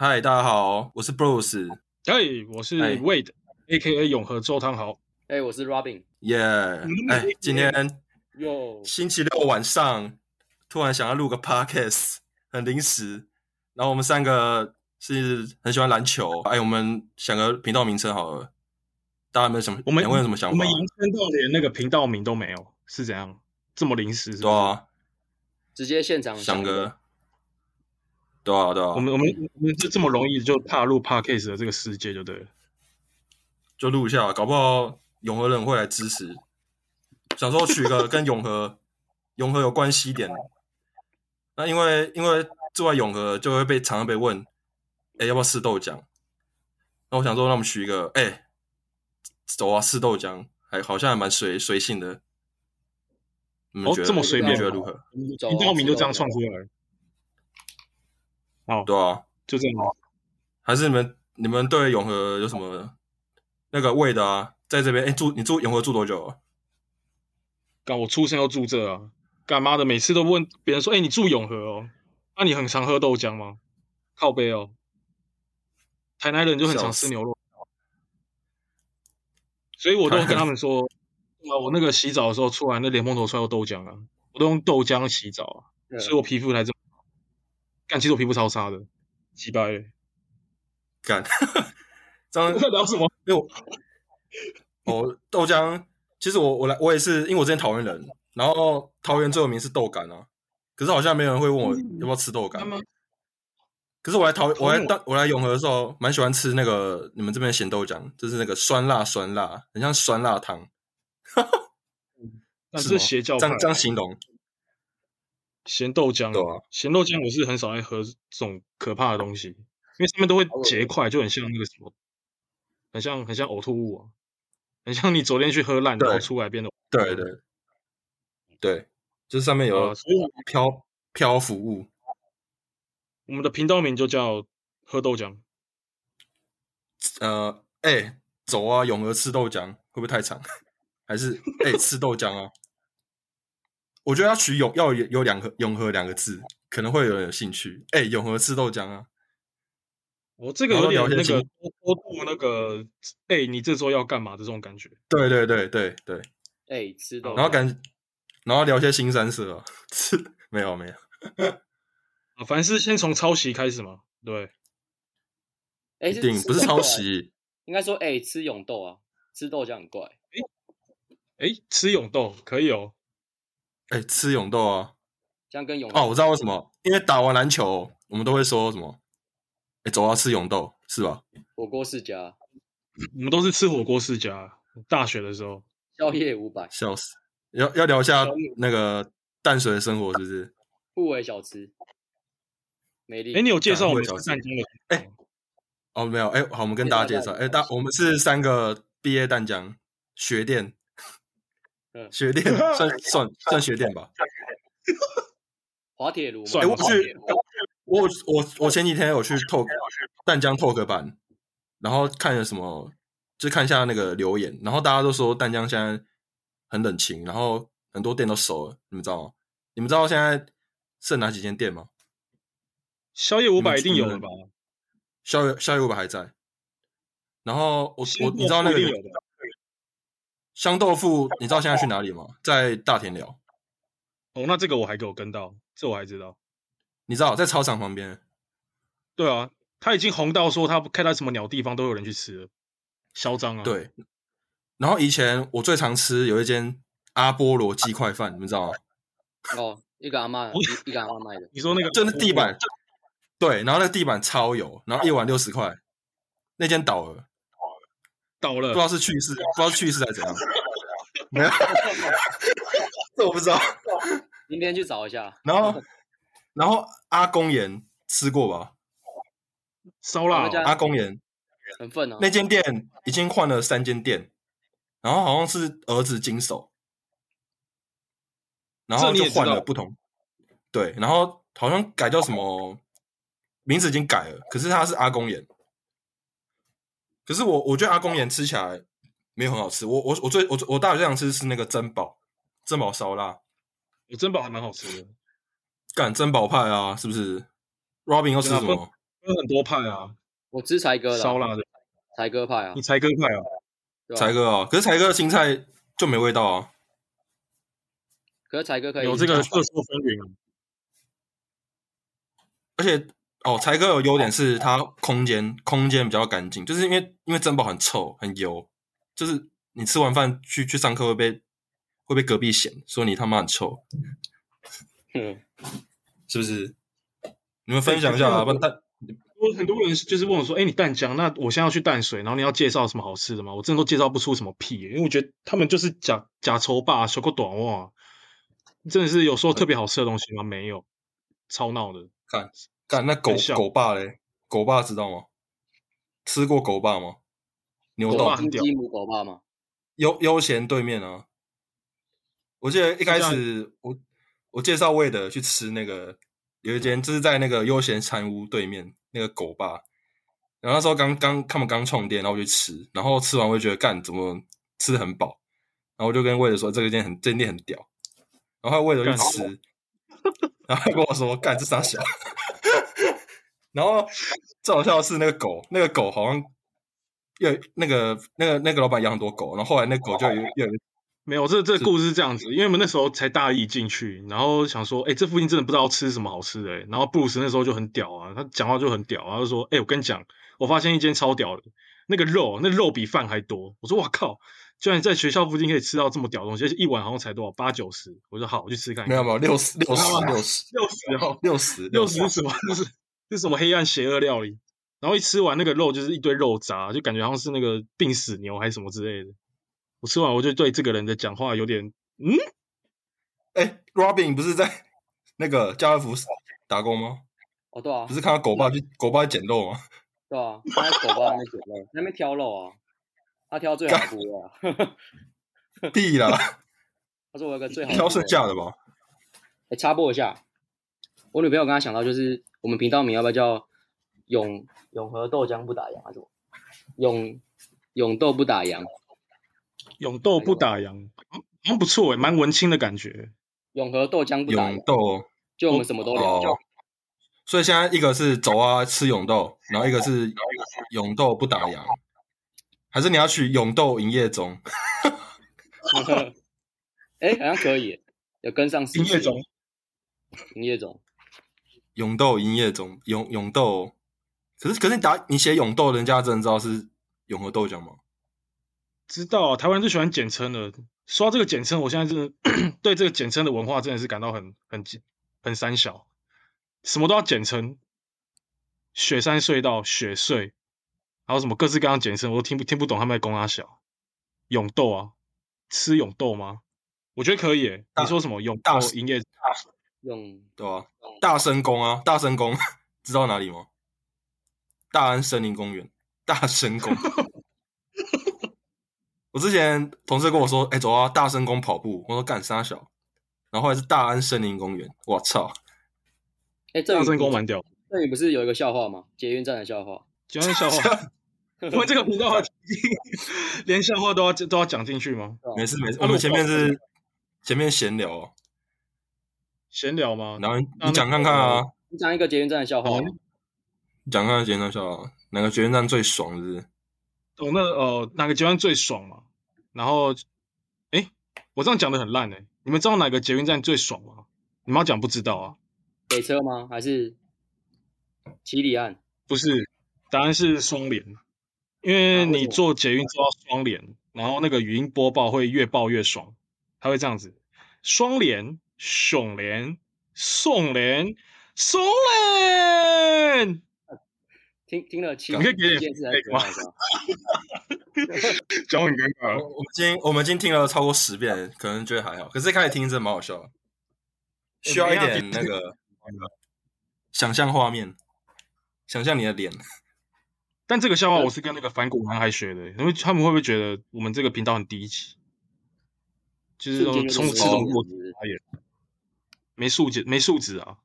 嗨，大家好，我是 Bruce，哎，我是哎 Wade，A.K.A 永和周汤豪。哎、我是 Robin，耶！哎，今天哟，星期六晚上突然想要录个 podcast，很临时。然后我们三个是很喜欢篮球，哎，我们想个频道名称好了，大家有没有什么？我们两位有什么想我法们？延伸到连那个频道名都没有，是怎样？这么临时是不是？对啊，直接现场想一个，对啊，对啊，我们我们我们就这么容易就踏入 Podcast 的这个世界就对了。就录一下，搞不好永和人会来支持。想说取个跟永和、永和有关系一点。那因为因为住在永和，就会被常常被问，哎、要不要试豆浆？那我想说，那我们取一个，哎、走啊，试豆浆，还好像还蛮随随性的。你们哦觉得、这么随便你们觉得如何？走频道名就这样创出来，对啊，就这样哦。还是你们你们对永和有什么那个味的啊？在这边，哎、住你住永和住多久啊？干，我出生要住这啊！干妈的，每次都问别人说：“哎、你住永和哦？那、你很常喝豆浆吗？”靠背哦，台南人就很常吃牛肉，所以我都跟他们说：“ 啊，我那个洗澡的时候出来，那莲蓬头出来有豆浆啊，我都用豆浆洗澡啊，所以我皮肤才这么好……干，其实我皮肤超差的，欸几百。 干，这样我在聊什么？因为我哦豆浆，其实我我来我也是，因为我之前桃园人，然后桃园最有名是豆干啊，可是好像没有人会问我要不要吃豆干。干妈，可是我来桃桃我来园我当我来永和的时候，蛮喜欢吃那个你们这边的咸豆浆，就是那个酸辣酸辣，很像酸辣汤，那是这吗邪教这派样这样形容，咸豆浆对啊咸豆浆我是很少爱喝这种可怕的东西，因为上面都会恶结块，就很像那个什么，很像很像呕吐物啊，很像你昨天去喝烂然后对出来变得对对对，就是上面啊，有所以漂漂浮物，我们的频道名就叫喝豆浆。呃，哎、走啊，永和吃豆浆会不会太长？ 还是哎、吃豆浆啊？我觉得要取永要有有两个永和两个字，可能会有人有兴趣。哎、永和吃豆浆啊，我这个然有后点聊那天个记多度那个，哎、你这周要干嘛的这种感觉，对对对对对，哎、吃豆，然后感，然后聊些新三色啊， 是没有没有，啊，反正是先从抄袭开始嘛，对，哎、一定不是吃豆抄啊，袭，应该说哎、吃永豆啊，吃豆浆很怪，哎、吃永豆可以哦，哎、吃永豆啊。这样跟永哦，我知道为什么，因为打完篮球，我们都会说什么，哎、走啊，吃永豆是吧？火锅世家我们都是吃火锅世家，大学的时候，宵夜五百笑死，要要聊一下那个淡水的生活是不是？互为小吃，美丽。哎、你有介干绍我会们小是吃湛江的哦，没有，哎、好，我们跟大家介绍，哎、大我们是三个毕业淡江学店嗯， 学店算算算学店吧。滑铁卢吗？算哎、了我算去，我我我哦前几天有去 Talk 淡江 Talk 版，然后看了什么，就看一下那个留言，然后大家都说淡江现在很冷清，然后很多店都熟了，你们知道吗？你们知道现在剩哪几间店吗？宵夜五你们百一定出有门了吧？逍遥逍遥五百还在，然后我新我你知道那个店铺一定有的香豆腐，你知道现在去哪里吗？在大田寮，哦，那这个我还给我跟到，这我还知道。你知道在操场旁边。对啊，他已经红到说他开在什么鸟地方都有人去吃了，嚣张啊！，对，然后以前我最常吃有一间阿波罗鸡块饭，你们知道吗？哦，一个阿妈，一一个阿妈卖的，你说那个就那地板，对，然后那个地板超油，然后一碗六十块，那间倒了，倒不了知，道是去世，不知道是去世还是怎样。没有， 这我不知道。明天去找一下。然后，然后阿公盐吃过吧？烧腊我们家哦、阿公盐很愤啊，那间店已经换了三间店，然后好像是儿子经手，然后这你就也知换道了不同，对，然后好像改叫什么名字已经改了，可是他是阿公盐，可是我我觉得阿公盐吃起来没有很好吃，我我我最我我大学最想吃是那个珍宝珍宝烧腊，我哦珍宝还蛮好吃的。干珍宝派啊，是不是？Robin 要吃对啊什么？哥很多派啊，我支才哥的烧啊，腊的，才哥派啊你，才哥派啊？对吧才，哥哦，可是才哥的青菜就没味道啊。可是才哥可以有这个特殊风云啊，而且哦，才哥有优点是它空间空间比较干净，就是因为因为珍宝很臭很油，就是你吃完饭去去上课会被会被隔壁嫌说你他妈很臭，嗯是不是？你们分享一下啊，对不然但我很多人就是问我说：“哎、你淡江，那我现在要去淡水，然后你要介绍什么好吃的吗？”我真的都介绍不出什么屁、因为我觉得他们就是假假愁霸、小个短袜，啊真的是有时候特别好吃的东西吗？没有，超闹的。干那狗很小狗爸嘞，狗爸知道吗？吃过狗爸吗？牛狗爸洞爸很屌鸡母狗爸嘛，悠悠闲对面啊。我记得一开始我我介绍魏德去吃那个有一间，就是在那个悠闲餐屋对面那个狗吧。然后那时候刚刚他们刚创店，然后我就去吃，然后吃完我就觉得干怎么吃得很饱，然后我就跟魏德说这个店很这间店很屌，然后后来魏德去吃，然后他跟我说干这傻小，然后最好笑的是那个狗，那个狗好像越那个那个那个老板养很多狗，然后后来那狗就越越来越没有，这这个故事是这样子，因为我们那时候才大一进去，然后想说，哎、这附近真的不知道吃什么好吃的、诶然后布鲁斯那时候就很屌啊，他讲话就很屌啊，他就说，哎、我跟你讲，我发现一间超屌的，那个肉，那肉比饭还多。我说，哇靠，居然在学校附近可以吃到这么屌的东西，而且一碗好像才多少八九十。我说好，我去吃看看。没有没有六十六十六十六十哦，六 十六十是什么？这是这是什么黑暗邪恶料理？然后一吃完那个肉就是一堆肉渣，就感觉好像是那个病死牛还是什么之类的。我吃完我就对这个人的讲话有点嗯。哎、r o b i n 不是在那个家乐福打工吗？哦对啊不，是看到狗爸去狗爸去捡肉吗？对啊，他在狗爸那边捡肉，在那边挑肉啊，他挑最好干补的啊，屁啦，他说我有个最好挑补剩的下的吧。哎、插播一下，我女朋友刚刚想到，就是我们频道名要不要叫永永和豆浆不打烊还是什么？永永豆不打烊，永斗不打烊，嗯嗯，不错诶，蛮文青的感觉。永和豆嗯浆不打永烊，豆就我们什么都聊，哦，所以现在一个是走啊吃永豆，然后一个是永豆不打烊，还是你要取永豆营业中？ 哎、好像可以耶，有跟上时营业事中，营业总，永豆营业中，永永豆，可是可是你打你写永豆，人家真的知道是永和豆浆吗？知道啊台湾人最喜欢简称了。说到这个简称，我现在真的 对这个简称的文化真的是感到很很很三小，什么都要简称。雪山隧道、雪隧，还有什么各式各样的简称，我都听不听不懂他们在攻阿小。永豆啊，吃永豆吗？我觉得可以耶。大你说什么永大豆营业？永对吧、大深宫啊，大深宫 知道哪里吗？大安森林公园，大深宫。我之前同事跟我说，哎、走啊，大深宫跑步。我说干啥小？然后后来是大安森林公园，我操！哎、这大里声公蛮 屌，这里不是有一个笑话吗？捷运站的笑话，讲讲笑话。 我们这个频道要连笑话都要都要讲进去吗？没事没事，啊我们路前面是前面闲聊哦，闲聊吗？然后你哦那你讲看看啊，你讲一个捷运站的笑话好吗，你讲看看简单笑啊，哪个决定站最爽是不是？哦，那呃，哪个捷运最爽嘛？然后，哎，我这样讲的很烂哎、你们知道哪个捷运站最爽吗？你们要讲不知道啊？北车吗？还是七里岸？不是，答案是双联，因为啊为你什么做捷运做到双联，然后那个语音播报会越报越爽，它会这样子：双联、熊联、宋联、松联。听听了七，你可以给点这件事还 feedback 是觉得好笑讲很尴尬我我们今天我们今天听了超过十遍，可能觉得还好，可是一开始听真的蛮好笑的，需要一点那个想象画面，想象你的脸。但这个笑话我是跟那个反骨男孩学的，因为他们会不会觉得我们这个频道很低级？ 就是那瞬种间就从是此种哦过没素质、没素质啊！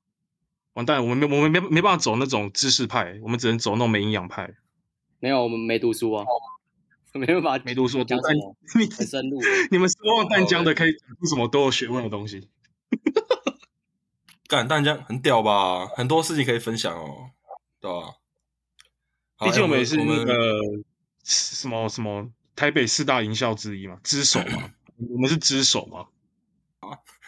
完蛋，我们没我们没没办法走那种知识派，我们只能走那种没营养派。没有，我们没读书啊， 没办法哦没读书，讲什 么你很深入。你们奢望淡江的可以讲出什么都有学问的东西？干，但这样很屌吧？很多事情可以分享哦，对吧、好毕竟哎我们也是我那们个什么什么台北四大营校之一嘛，之首嘛，我们是之首嘛，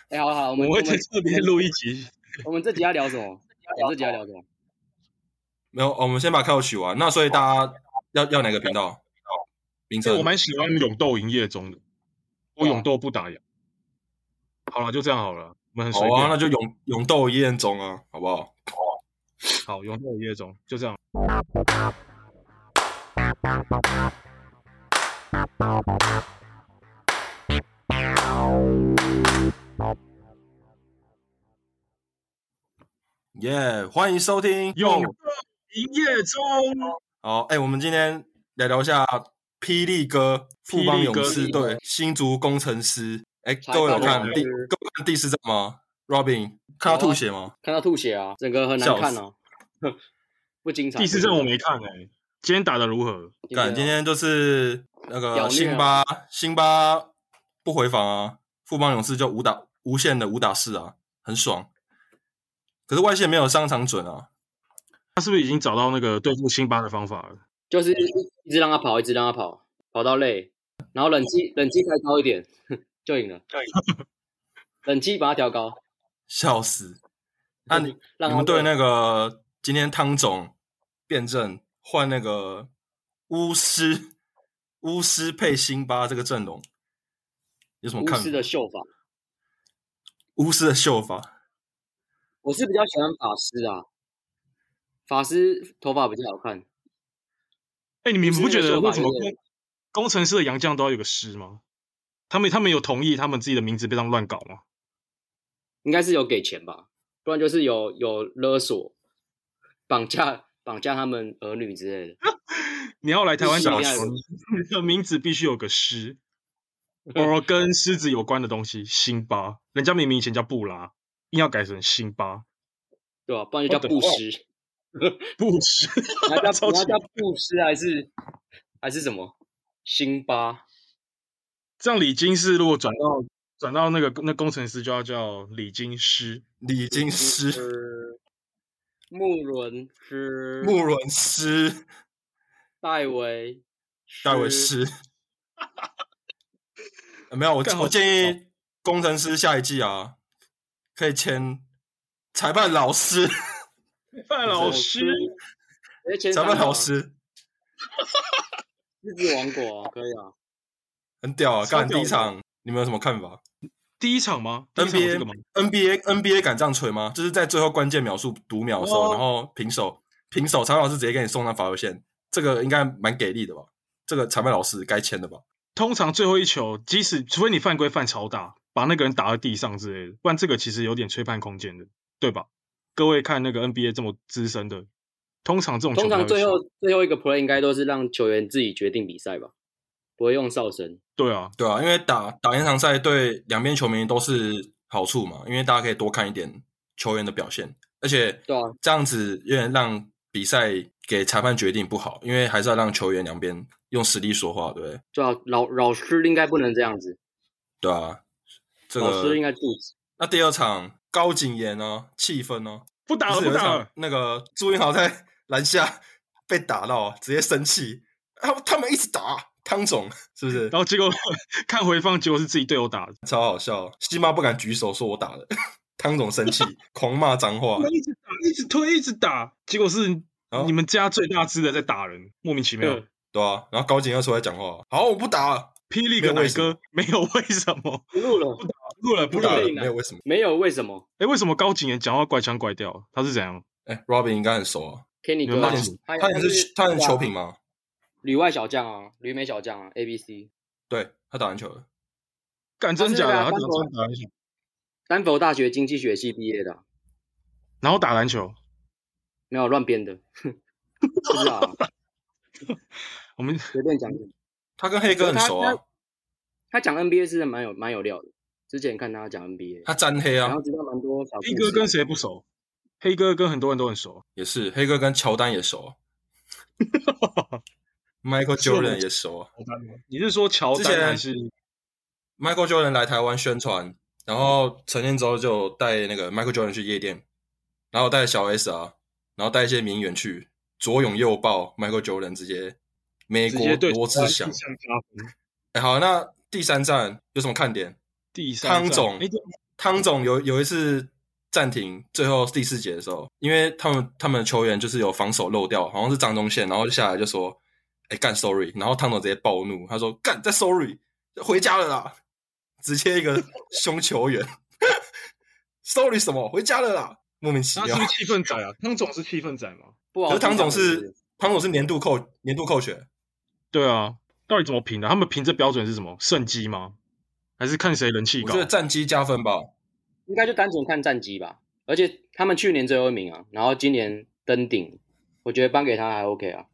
哎、好好好，我我们们会我再们特别录一集。我们这集要聊什么？我们这集要聊什么？没有，我们先把 couch 完。那所以大家要要哪个频道？名其实称我蛮喜欢勇斗营业中的，我勇斗不打烊。好了，就这样好了，我们很随好便。啊，那就勇勇斗一彦中啊，好不好？好，勇斗营业中，就这样。耶、欢迎收听勇斗营业中，好，哎、我们今天来聊一下霹雳哥富邦勇士霹雳队哥新竹工程师。哎、各位有裁判看老师第各位看第四站吗？Robin 看啊到吐血吗？看到吐血啊，整个很难看笑啊，不精彩。第四站我没看哎、今天打的如何？干、今天就是那屌虐个啊辛巴，辛巴不回防啊，富邦勇士就五打无限的五打四啊，很爽。可是外线没有上场准啊，他是不是已经找到那个对付辛巴的方法了？就是一直让他跑，一直让他跑，跑到累，然后冷气冷气开高一点 就赢了。 冷气把它调高。笑死！那、你让你他们对累那个今天汤总辩证换那个巫师，巫师配辛巴这个阵容有什么巫看法师？的秀法，巫师的秀法，我是比较喜欢法师啊，法师头发比较好看。哎、你们不是不觉那个得说法为什么有点工工程师的杨将都要有个师吗？他们他们有同意他们自己的名字被这样乱搞吗？应该是有给钱吧，不然就是有有勒索、绑架、绑架他们儿女之类的。你要来台湾是打一球，样的你的 名字必须有个 狮，或跟狮子有关的东西。辛巴，人家明明以前叫布拉，硬要改成辛巴，对吧、不然就哦 What 叫 the 布施，布什， 你要叫超你要级叫布施还是还是什么？辛巴这样李金是如果转到转到那个那工程师就要叫李金师，李金师、是穆伦是 嗯穆伦师、戴维戴维 师。呃没有，我干好我建议工程师下一季啊，可以签裁判老师，范老师，哎，前裁判老，师狮子王国啊，可以啊，很屌啊！超干第一屌的场，你们有什么看法？第一场吗第一场有这个吗 NBA NBA NBA 敢这样吹吗？就是在最后关键秒数读秒的时候，哦然后平手，平手，裁判老师直接给你送上罚球线，这个应该蛮给力的吧？这个裁判老师该签的吧？通常最后一球，即使除非你犯规犯超大，把那个人打到地上之类的，不然这个其实有点吹判空间的，对吧？各位看那个 NBA 这么资深的，通常这种球通才常会最吹后最后一个 play 应该都是让球员自己决定比赛吧，不会用哨声。对啊，对啊，因为打打延长赛对两边球迷都是好处嘛，因为大家可以多看一点球员的表现，而且对啊，这样子有点让比赛给裁判决定不好，因为还是要让球员两边用实力说话，对不对？对啊，老老师应该不能这样子，对啊，这老师应个该制止。那第二场高景言呢、气氛啊呢、不打不了是有不一打场了，那个朱云豪在篮下 被打到，直接生气，他他们一直打汤总，是不是然？后结果 看回放，结果是自己队友打的，超好笑，西妈不敢举手说我打的，汤总生气，狂骂脏话他，们一直打，一直推，一直打，结果是哦你们家最大只的在打人，莫名其妙嗯。对啊，然后高景又出来讲话，好，我不打了，霹雳没有跟为奶什么哥没有为什么不录了，录了 不不录打了了，不打了没有为什么？没有为什么哎，为什么高景言讲话怪腔怪调？他是怎样？哎，Robin 应该很熟啊， ？Kenny 有哥吗啊他也是，他他也是他也是球对啊评嘛，旅外小将啊，旅美小将啊，A B C 对他打篮球的，干真他是假那的？个他打啊单口打篮球，丹佛大学经济学系毕业的啊、然后打篮球。没有乱编的，不知道啊、我们随便讲的。他跟黑哥很熟啊他，他讲 NBA 是蛮有蛮有料的，之前看他讲 NBA，他沾黑然啊后，知道蛮多小故事黑哥跟谁不熟？黑哥跟很多人都很熟。也是黑哥跟乔丹也熟啊，Michael 是我们 Jordan 也熟啊。你是说乔之丹前还是？ Michael Jordan 来台湾宣传，然后陈建州就带那个 Michael Jordan 去夜店，然后带小 S 啊，然后带一些名媛去，左拥右抱，Michael Jordan 直接美直国接对罗志祥加。分。哎好，那第三站有什么看点？第三汤站总哎这汤总有有一次暂停，最后第四节的时候，因为他们他们的球员就是有防守漏掉，好像是张忠宪，然后就下来就说：“哎、干 sorry。”然后汤总直接暴怒，他说：“干再 sorry，回家了啦！”直接一个凶球员，sorry 什么？回家了啦！莫名其他妙是不。是气氛仔啊？汤总是气氛仔吗？不好可是汤总分享是汤总是年度扣年度扣血，对啊，到底怎么评的？他们评这标准是什么？胜绩吗？还是看谁人气我高觉？得战绩加分吧。应该就单纯看战绩吧。而且他们去年最后一名啊，然后今年登顶，我觉得颁给他还 OK 啊。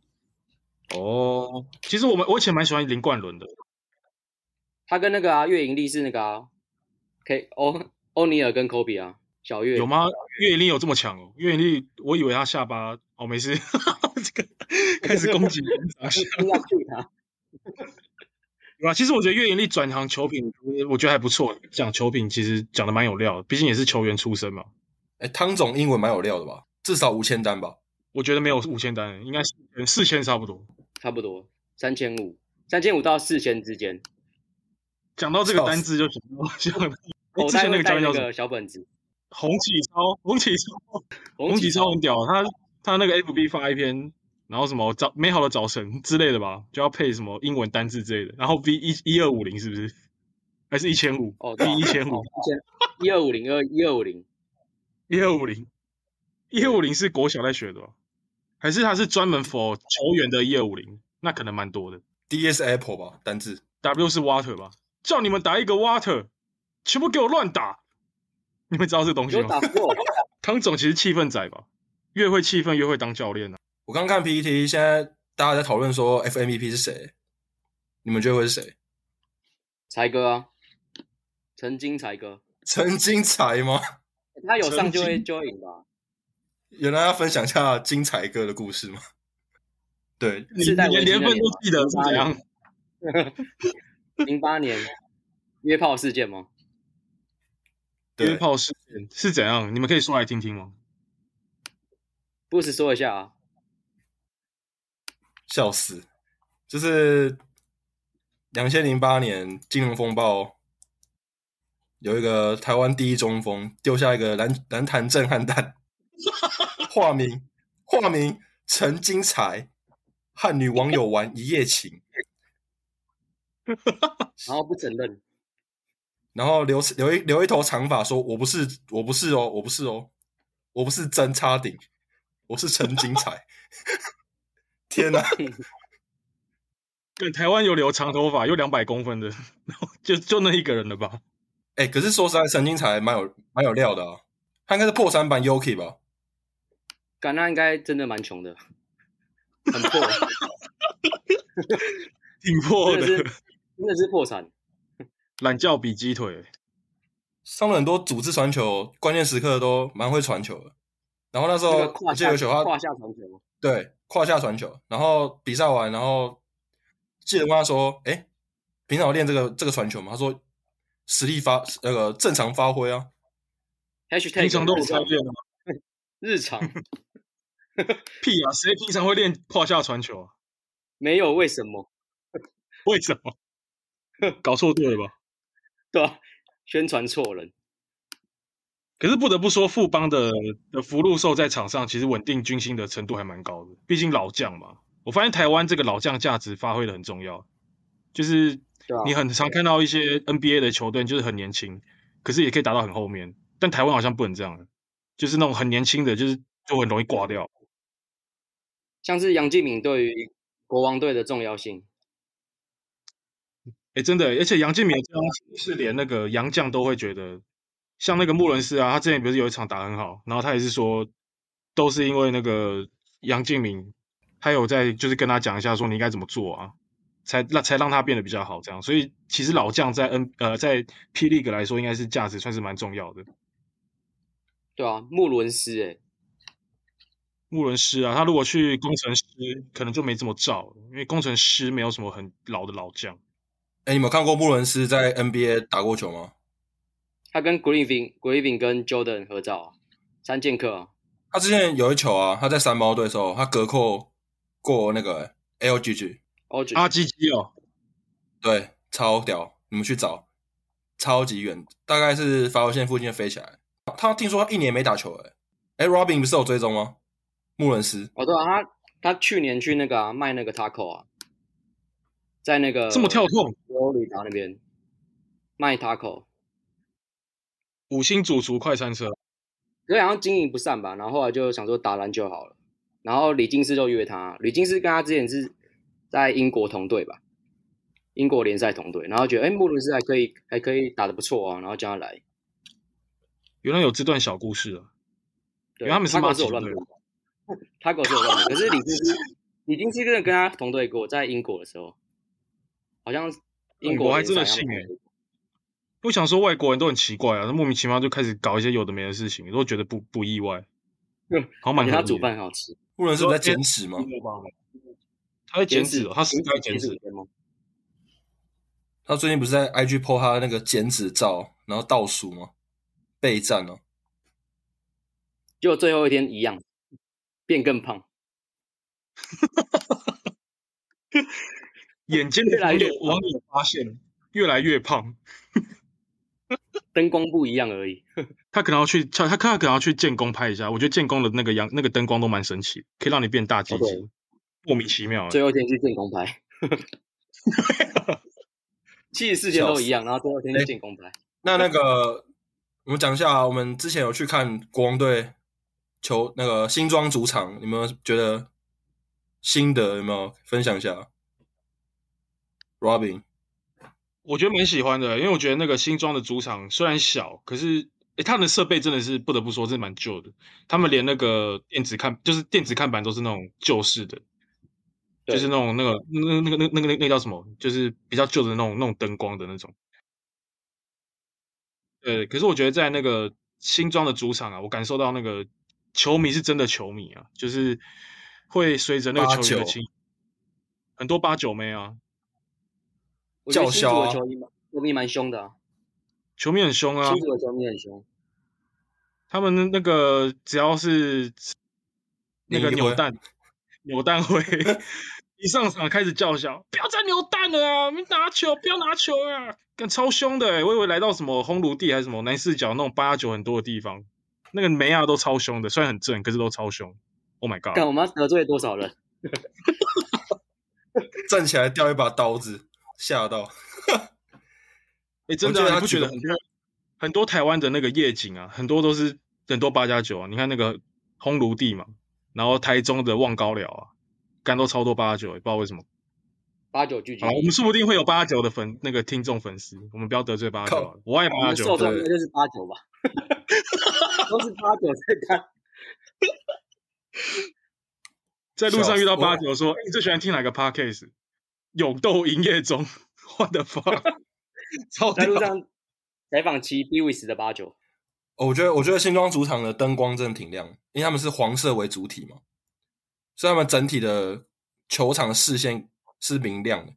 哦，其实我们我以前蛮喜欢林冠伦的，他跟那个啊月盈利是那个啊，K 欧欧尼尔跟科比啊，小月有？吗？岳力有这么强哦？岳力，我以为他下巴哦，没事， 这个开始攻击人 家。不要去他，对吧？其实我觉得岳盈利转行球品，我觉得还不错。讲球品其实讲的蛮有料的，毕竟也是球员出身嘛。哎、汤总英文蛮有料的吧？至少无签单吧。我觉得没有五千单，应该是呃四千差不多。差不多三千五，三千五到四千之间，讲到这个单字就想到， 想到哎口之袋前那哦会个教带练那叫什么？个小本子。洪启超，洪启超，洪启启超很屌，他他那个 FB 发一篇，然后什么早美好的早晨之类的吧，就要配什么英文单字之类的，然后 V 一一二五零是不是？还是一千五？哦， V 对啊一千五，一二五零二一二五零，一二五零，一二五零是国小在学的、哦，还是他是专门 for 球员的一二五零？那可能蛮多的。 D S Apple 吧，单字。 W 是 water 吧？叫你们打一个 water，全部给我乱打！你们知道这东西有吗打？过，汤总其实气氛仔吧，越会气氛越会当教练啊。我刚看 PPT，现在大家在讨论说 FMVP 是谁，你们觉得会是谁？才哥啊，曾经才哥，陈金才吗？ 他有上就曾会经就会赢吧？原来要分享一下金才哥的故事吗？对，你世代连年维新的份脸都嘛记得是怎样？零八年约炮事件吗？约对，炮事件是怎样？你们可以说来听听吗？不时说一下啊，笑死！就是两千零八年金融风暴，有一个台湾第一中锋丢下一个篮篮坛震撼弹，化名化名陈金才，和女网友玩一夜情。然后不承认，然后留留一留一头长发，说我不是我不是哦，我不是哦，我不是真插顶，我是陈金彩。 天哪，对，台湾有留长头发，有两百公分的， 然后就就那一个人了吧？哎、可是说实在，陈金彩蛮有蛮有料的啊，他应该是破三版 Yuki 吧？感那应该真的蛮穷的，很破，挺破真的，的是真的是破产。懒觉比鸡腿。上了很多组织传球，关键时刻都蛮会传球的。然后那时那候个啊我胯记得下有球他胯下传球，对，胯下传球。然后比赛完，然后记者问他说：“哎，平常有练这个这个传球吗？”他说：“实力发那个、正常发挥啊。 #hashtag 平常都有日教常练吗？日常啊屁啊！谁平常会练胯下传球啊？没有为什么为什么？搞错队了吧？对吧、啊宣传错人，可是不得不说，富邦的的福禄寿在场上其实稳定军心的程度还蛮高的，毕竟老将嘛。我发现台湾这个老将价值发挥的很重要，就是对你啊，很常看到一些 NBA 的球队就是很年轻，可是也可以打到很后面，但台湾好像不能这样，就是那种很年轻的，就是就很容易挂掉。像是杨敬敏对于国王队的重要性，哎，真的，而且杨敬敏这样是连那个杨将都会觉得，像那个穆伦斯啊，他之前不是有一场打很好，然后他也是说，都是因为那个杨敬敏，他有在就是跟他讲一下说你应该怎么做啊，才让才让他变得比较好这样。所以其实老将在 N 呃在 P League 来说，应该是价值算是蛮重要的。对啊，穆伦斯诶、穆伦斯啊，他如果去工程师，可能就没这么照了，因为工程师没有什么很老的老将。”哎，你们有看过穆伦斯在 NBA 打过球吗？他跟 Griffin Griffin 跟 Jordan 合照啊，三剑客啊，他之前有一球啊，他在三猫队的时候，他隔扣过那个 LGG，哦，就阿基基哦，对，超屌！你们去找，超级远，大概是罚球线附近飞起来。他听说他一年没打球了、欸，哎、r o b i n 不是有追踪吗？穆伦斯，哦对啊，他他去年去那个啊卖那个 taco 啊，在那个这么跳痛，佛罗里达那边卖 taco，五星主厨快餐车，可是好像经营不善吧，然后后来就想说打篮球好了，然后李金斯就约他，李金斯跟他之前是在英国同队吧，英国联赛同队，然后觉得哎穆伦斯还可以还可以打得不错啊，然后叫他来，原来有这段小故事啊！对因为他们是 Taco 骂是有球乱队跑的，taco 是有乱跑，可是李金斯李金斯真的跟他同队过，在英国的时候，好像英哦我国还联真的赛他们信同队我想说外国人都很奇怪啊，莫名其妙就开始搞一些有的没的事情，都觉得不不意外嗯，好而蛮且合他理煮的。饭很好吃，穆伦斯不是在捡屎吗？他在减脂哦，他是在减减脂脂，天吗？他最近不是在 IG po 他那个减脂照，然后倒数吗？备战哦、结果最后一天一样，变更胖，眼尖越的来网越友网友发现越来越胖，灯光不一样而已。他可能要去他他他可能要去建工拍一下，我觉得建工的那个阳那个灯光都蛮神奇的，可以让你变大鸡哦对鸡，莫名其妙欸。最后一天去建工 牌，七十四天都一样，然后最后一哎天去建工牌。那那个，我们讲一下啊，我们之前有去看国王队球那个新庄主场，你们觉得心得有没有分享一下？Robin，我觉得蛮喜欢的，因为我觉得那个新庄的主场虽然小，可是诶，他们的设备真的是不得不说是蛮旧的。他们连那个电子看，就是电子看板都是那种旧式的，对就是那种那个那那个那那个那那叫什么，就是比较旧的那种那种灯光的那种。对，可是我觉得在那个新庄的主场啊，我感受到那个球迷是真的球迷啊，就是会随着那个球员的89情，很多八九妹啊，我觉得叫新嚣竹啊的球迷蛮球迷蛮凶的啊，球迷很凶啊，新竹的球迷很凶。他们那个只要是那个你扭会蛋，扭蛋 会一上场开始叫嚣，不要再扭蛋了啊！你拿球，不要拿球啊！干超凶的、欸，我以为来到什么烘炉地还是什么南四角那种八九很多的地方，那个梅亚都超凶的，虽然很正，可是都超凶。Oh my 看 god！我们要得罪多少人？站起来掉一把刀子，吓到。哎、真我记得的、啊，他你不觉得举很多很多台湾的那个夜景啊，很多都是很多八加九啊。你看那个烘炉地嘛，然后台中的望高寮啊，干都超多八加九，也欸不知道为什么。八九聚集好，，我们说不定会有八九的粉那个听众粉丝，我们不要得罪八九啊，我爱我八们九受众对应该就是八九吧， 都是八九在看。在路上遇到笑死八九说，哎、你最喜欢听哪个 podcast？勇斗营业中 ，what the fuck？超在屌 路上采访骑 b w i s 的八九，哦我觉得，我觉得新庄主场的灯光真的挺亮，因为他们是黄色为主体嘛，所以他们整体的球场的视线是明亮的。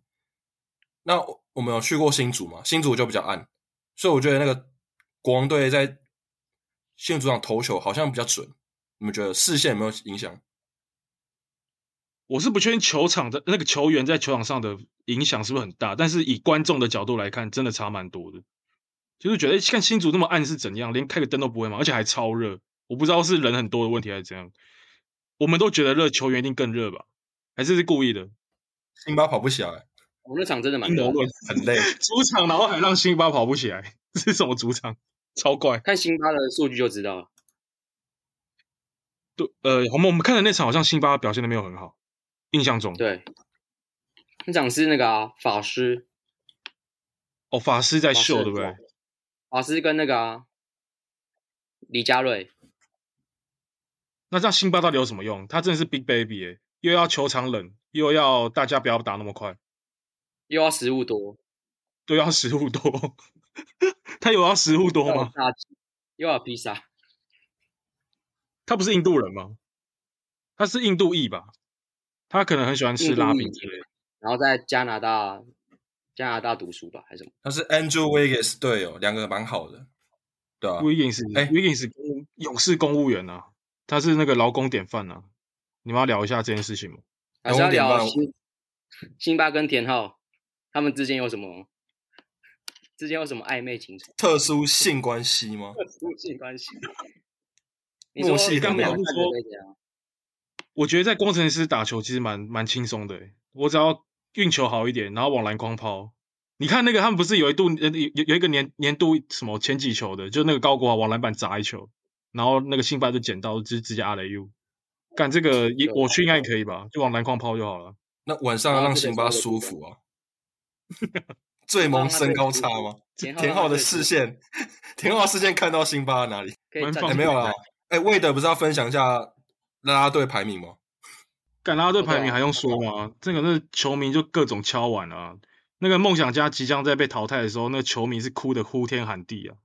那我我们有去过新竹嘛？新竹就比较暗，所以我觉得那个国王队在新竹场投球好像比较准。你们觉得视线有没有影响？我是不确定球场的那个球员在球场上的影响是不是很大，但是以观众的角度来看，真的差蛮多的。就是觉得诶哎看新竹那么暗是怎样，连开个灯都不会嘛，而且还超热，我不知道是人很多的问题还是怎样。我们都觉得热，球员一定更热吧？还是是故意的？辛巴跑不起来，我那场真的蛮阴谋热的。论。很累。主场，然后还让辛巴跑不起来， 这是什么主场？超怪。看辛巴的数据就知道了。对，呃，我们我们看的那场好像辛巴表现的没有很好，印象中。对，那场是那个啊，法师哦，法师在秀，对不？法对师？法师跟那个啊，李佳瑞，那这样辛巴到底有什么用？他真的是 big baby 哎、又要球场冷，又要大家不要打那么快，又要食物多，又要食物多。 他有要食物又多要吗？炸鸡，又要披萨，他不是印度人吗？他是印度裔吧？他可能很喜欢吃印度拉裔饼之类的。然后在加拿大加拿大读书吧，还是什么？他是 Andrew Wiggins 队友，两个蛮好的，对吧、啊？嗯 Wiggins，哎 Wiggins 公勇士公务员啊，他是那个劳工典范啊。你们要聊一下这件事情吗？还是要然聊后我辛辛巴跟田浩他们之间有什么之间有什么暧昧情仇、特殊性关系吗？夫妻关系？你默说契他很们两好个啊人说会怎样？我觉得在工程师打球其实蛮蛮轻松的欸、我只要运球好一点，然后往篮筐抛。你看那个他们不是有一度呃有有有一个年年度什么前几球的，就那个高国华往篮板砸一球，然后那个辛巴就捡到，直直接阿雷 U。干这个也我去应该也可以吧，就往篮筐抛就好了。那晚上要让辛巴舒服啊？最萌身高差吗？田浩田浩的视线， 田浩的视线看到辛巴哪里？可以蛮站放哎、起松没有的啦。哎、魏德不是要分享一下啦啦队排名吗？干拉队排对名啊还用说吗？这个那球迷就各种敲碗啊。那个梦想家即将在被淘汰的时候，那个球迷是哭的呼天喊地啊！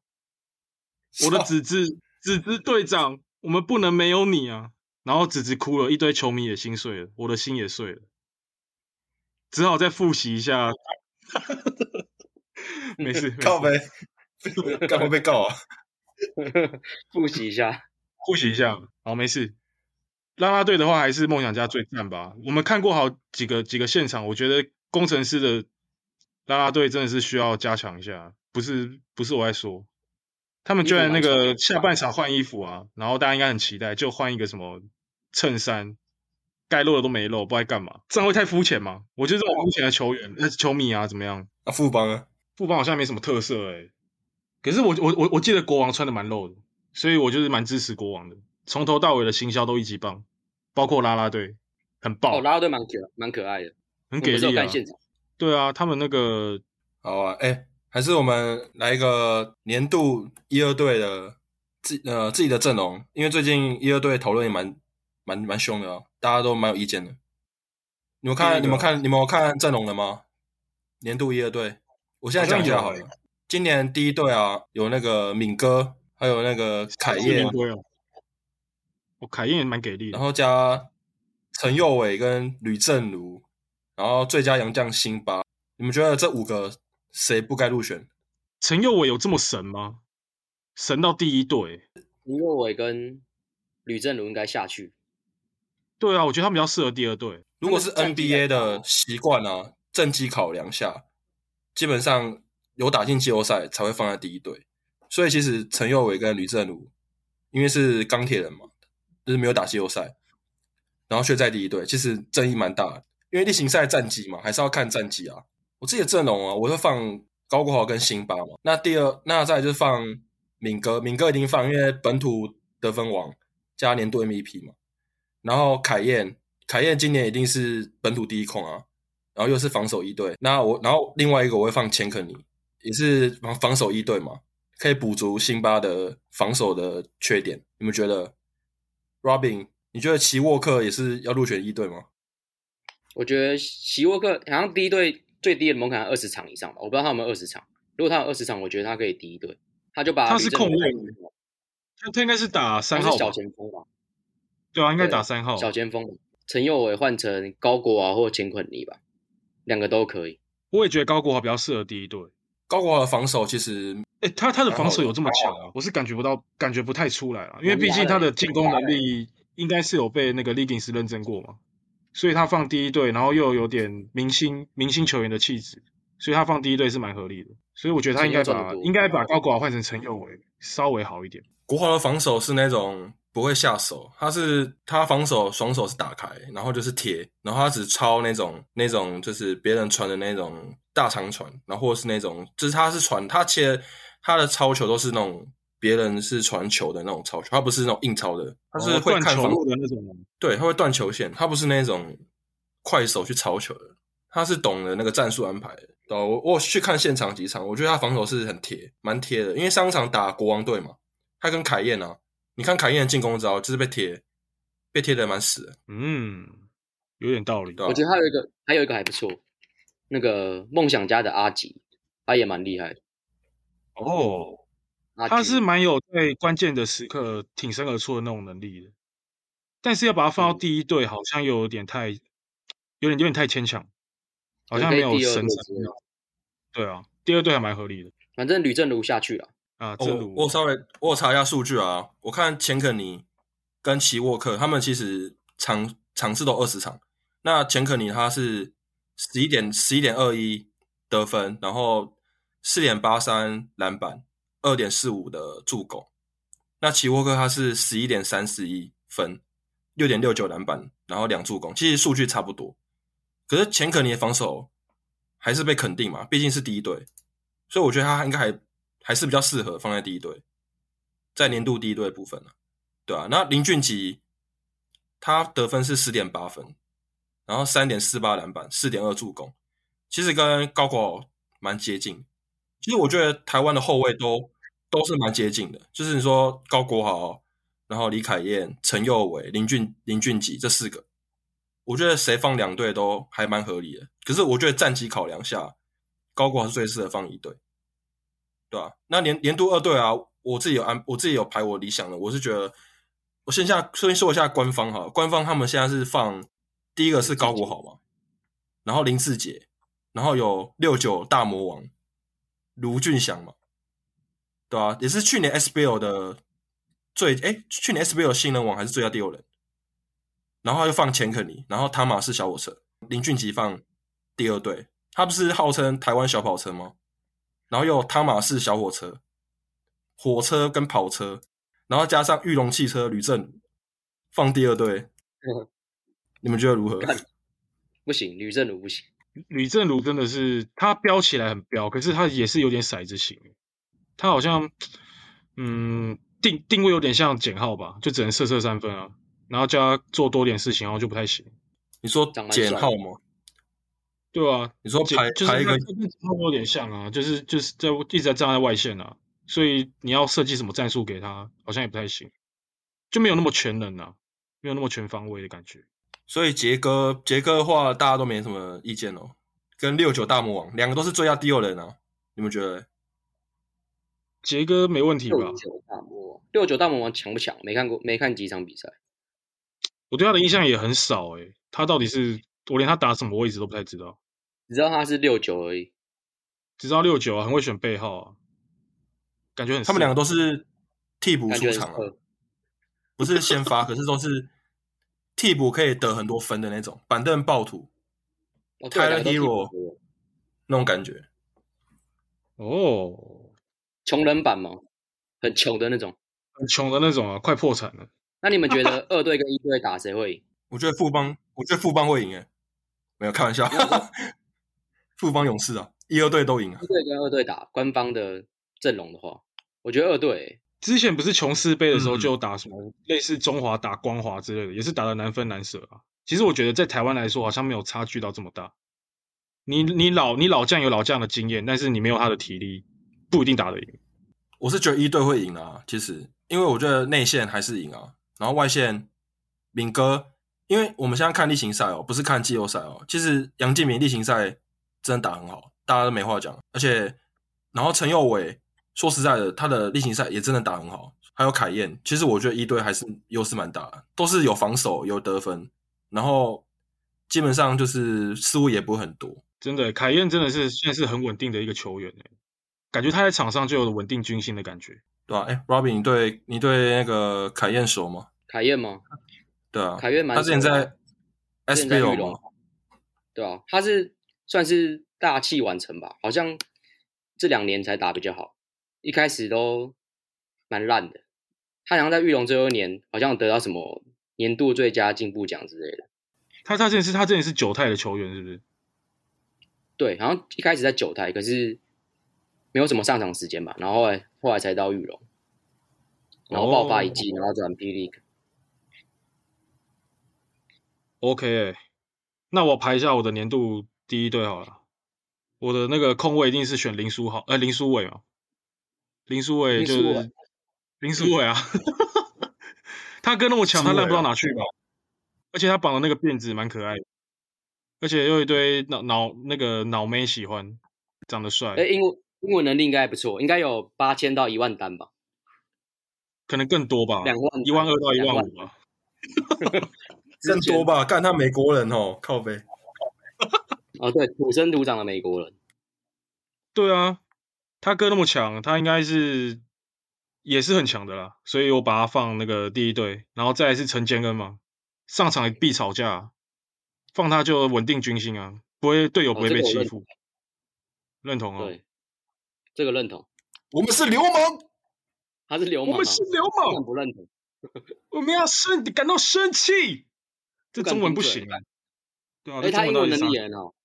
我的子子子子队长，我们不能没有你啊！然后子子哭了，一堆球迷也心碎了，我的心也碎了，只好再复习一下。啊 没事，没事 靠呗， 干嘛被告啊？复习一下。复习一下。好，没事。啦啦队的话还是梦想家最赞吧。我们看过好几个几个现场，我觉得工程师的啦啦队真的是需要加强一下，不是不是我在说，他们居然那衣服蛮个长下半场换衣服啊，然后大家应该很期待，就换一个什么衬衫，该露的都没露，不知道在干嘛，这样会太肤浅吗？我觉得这种肤浅的球员、呃球迷啊，怎么样？啊，富邦啊，富邦好像没什么特色哎、可是我我我我记得国王穿的蛮露的，所以我就是蛮支持国王的，从头到尾的行销都一级棒，包括啦啦队，很爆，哦，拉拉队蛮可蛮可爱的，很给我们是力有啊看！现场，对啊，他们那个好啊，哎、还是我们来一个年度一二队的自呃自己的阵容，因为最近一二队讨论也蛮蛮蛮凶的、啊，大家都蛮有意见的。你们看，你第一个们看，你们有看阵容了吗？年度一二队，我现在讲一下好好像有了。今年第一队啊，有那个敏哥，还有那个凯燕燕，龟哦，我哦凯燕也蛮给力然的，后加陈佑伟跟吕正如，然后最佳洋将辛巴。你们觉得这五个谁不该入选？陈佑伟有这么神吗？神到第一队，林佑伟跟吕正如应该下去。对啊，我觉得他们比较适合第二队，如果是他们是战绩 NBA 来的看习惯啊，战绩考量下，基本上有打进季后赛才会放在第一队。所以其实陈佑伟跟吕正如，因为是钢铁人嘛，就是没有打季后赛，然后却在第一队，其实争议蛮大的。因为例行赛战绩嘛，还是要看战绩啊。我自己的阵容啊，我会放高国豪跟辛巴嘛。那第二，那再来就是放敏哥，敏哥已经放，因为本土得分王加年度 MVP 嘛。然后凯燕，凯燕今年一定是本土第一控啊，然后又是防守一队。那我，然后另外一个我会放钱肯尼，也是防防守一队嘛，可以补足辛巴的防守的缺点。你们觉得，Robin，你觉得齐沃克也是要入选一队吗？我觉得席沃克好像第一队最低的门槛二十场以上吧，我不知道他有没有二十场。如果他有二十场，我觉得他可以第一队，他就把他是吕正如控卫带进去嘛他他应该是打他三是号小吧？前锋吧，对啊，应该对打三号。小前锋陈佑伟换成高国啊或钱坤尼吧，两个都可以。我也觉得高国华比较适合第一队。高国豪的防守其实哎、他他的蛮防好守的有这么蛮哦强好的啊？我是感觉不到，感觉不太出来啊，因为能毕压竟他人的进攻能力应该是有被那个 Leggings 认证过嘛，所以他放第一队，然后又有点明星明星球员的气质，所以他放第一队是蛮合理的。所以我觉得他应该陈佑把赚得多嗯应该把高国华换成陈佑伟，稍微好一点。国豪的防守是那种不会下手，他是他防守双手是打开，然后就是贴，然后他只抄那种那种就是别人传的那种大长传，然后或是那种就是他是传他切他的抄球都是那种别人是传球的那种抄球，他不是那种硬抄的，他是哦会断看球防路的那种啊人，对，他会断球线，他不是那种快手去抄球的，他是懂得那个战术安排的。对啊我我有去看现场几场，我觉得他防守是很贴，蛮贴的。因为上场打国王队嘛，他跟凯燕啊，你看凯燕的进攻招就是被贴，被贴的蛮死的，嗯，有点道理。对吧、啊我觉得还有一个还有一个还不错，那个梦想家的阿吉，他也蛮厉害的。哦，阿吉他是蛮有在关键的时刻挺身而出的那种能力的，但是要把他放到嗯第一队，好像又有点太，有点有点太牵强，好像没有可以第二神队圣之类的。对啊，第二队还蛮合理的反正吕正如下去了，啊，哦正我我如稍微我有查一下数据啊，我看钱肯尼跟奇沃克他们其实场场次都二十场。那钱可尼他是十一点十一点二一得分，然后四点八三篮板，二点四五的助攻。那奇沃克他是十一点三四一分，六点六九篮板，然后两助攻，其实数据差不多。可是钱可尼的防守还是被肯定嘛，毕竟是第一队，所以我觉得他应该还还是比较适合放在第一队，在年度第一队的部分呢、啊，对啊，那林俊杰他得分是十点八分，然后三点四八篮板，四点二助攻，其实跟高国蛮接近。其实我觉得台湾的后卫都。都是蛮接近的，就是你说高国豪，然后李凯燕、陈佑伟、林俊林俊杰这四个，我觉得谁放两队都还蛮合理的。可是我觉得战绩考量下，高国豪是最适合放一队，对吧、啊？那年年度二队啊，我自己有安，我自己有排我理想的，我是觉得，我线下先说一下官方哈，官方他们现在是放第一个是高国豪嘛，然后林志杰，然后有六九大魔王卢俊祥嘛。对啊，也是去年 SBL 的最哎，去年 SBL 新人王还是最佳第六人，然后又放钱肯尼，然后汤马士小火车，林俊杰放第二队，他不是号称台湾小跑车吗？然后又汤马士小火车、火车跟跑车，然后加上玉龙汽车吕正放第二队，嗯你们觉得如何？干不行，吕正儒不行。吕正儒真的是他飙起来很飙，可是他也是有点骰子型，他好像嗯定定位有点像简浩吧，就只能射射三分啊，然后叫他做多点事情，然后就不太行。你说长蛮帅的减号吗？对啊，你说简排就是排一跟个跟简浩有点像啊，就是就是在一直在站在外线啊，所以你要设计什么战术给他，好像也不太行，就没有那么全能啊，没有那么全方位的感觉。所以杰哥，杰哥的话大家都没什么意见哦。跟六九大魔王两个都是最佳第六人啊，你们觉得？杰哥没问题吧？六九大魔王，六九大魔王强不强？没看过，没看几场比赛。我对他的印象也很少诶、他到底是我连他打什么位置都不太知道，只知道他是六九而已。只知道六九啊，很会选背号啊，感觉很他们适两个都是替补感出觉很场、啊，饿不是先发，可是都是替补可以得很多分的那种，板凳暴徒哦，对， Tyler 两个都替补 Hero 左右那种感觉。哦，穷人版嘛，很穷的那种。很穷的那种啊，快破产了。那你们觉得二队跟一队打谁会赢？我觉得富邦，我觉得富邦会赢诶、欸没有开玩笑， 富邦勇士啊，一二队都赢啊一。队跟二队打，官方的阵容的话，我觉得二队欸之前不是琼斯杯的时候嗯就有打什么类似中华打光华之类的，也是打的难分难舍啊。其实我觉得在台湾来说好像没有差距到这么大。你你老你老将有老将的经验，但是你没有他的体力，不一定打得赢。我是觉得一队会赢啊，其实，因为我觉得内线还是赢啊，然后外线敏哥，因为我们现在看例行赛哦，不是看季后赛哦。其实杨敬敏例行赛真的打很好，大家都没话讲。而且，然后陈佑伟，说实在的，他的例行赛也真的打很好。还有凯燕，其实我觉得一队还是优势蛮大的，都是有防守有得分，然后基本上就是失误也不会很多。真的，凯燕真的是现在是很稳定的一个球员、欸、感觉他在场上就有稳定军心的感觉。对吧、啊？哎，Robin，你对你对那个凯燕熟吗？凯燕吗？对啊，凯燕蛮他之前熟的在之前在玉 SBL 龙吗？，对啊，他是算是大器晚成吧，好像这两年才打比较好，一开始都蛮烂的。他好像在玉龙最后一年，好像有得到什么年度最佳进步奖之类的。他他之前是他之前是九泰的球员，是不是？对，好像一开始在九台，可是没有什么上场时间吧，然后后来后来才到玉龙，然后爆发一季，然后转 P League。 OK，欸那我排一下我的年度第一队好了。我的那个控卫一定是选林书豪，呃，林书伟嘛，林书伟林就书伟是林书伟啊， 他跟那么强，书他伟烂不啊到哪去吧？而且他绑的那个辫子蛮可爱的，而且又有一堆脑脑那个脑妹喜欢，长得帅，哎，英文英文能力应该还不错，应该有八千到一万单吧，可能更多吧，两万一万二到一万两五吧。之更前多吧？干他美国人哦，靠背。哦，对，土生土长的美国人，对啊，他哥那么强，他应该是也是很强的啦，所以我把他放那个第一队，然后再来是陈坚恩嘛，上场也必吵架、放他就稳定军心啊，不会队友不会哦这被个我欺认负，认同啊，对，这个认同，我们是流氓，他是流我氓啊，们是哦流当然氓，不认同，我们要生感到生气，这敢中文顶不嘴行啊，对啊，而且这他中英到文底能啥力也很好，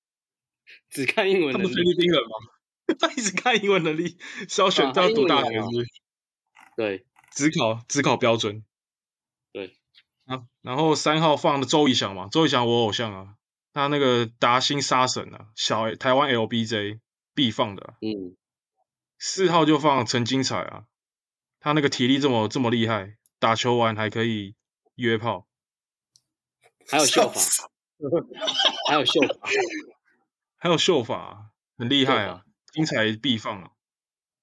只看英文他能不是菲力，律宾人吗？ 他一直看英文能力，是要选啊他他要英读文大也学好是不是？对，只考只考标准。对。啊，然后三号放的周以翔嘛，周以翔我偶像啊，他那个达兴杀神啊，小台湾 LBJ 必放的啊、 嗯，四号就放陈金彩啊，他那个体力这么这么厉害，打球完还可以约炮，还有秀法，还有秀法，还有秀法啊、很厉害秀啊，金彩必放啊。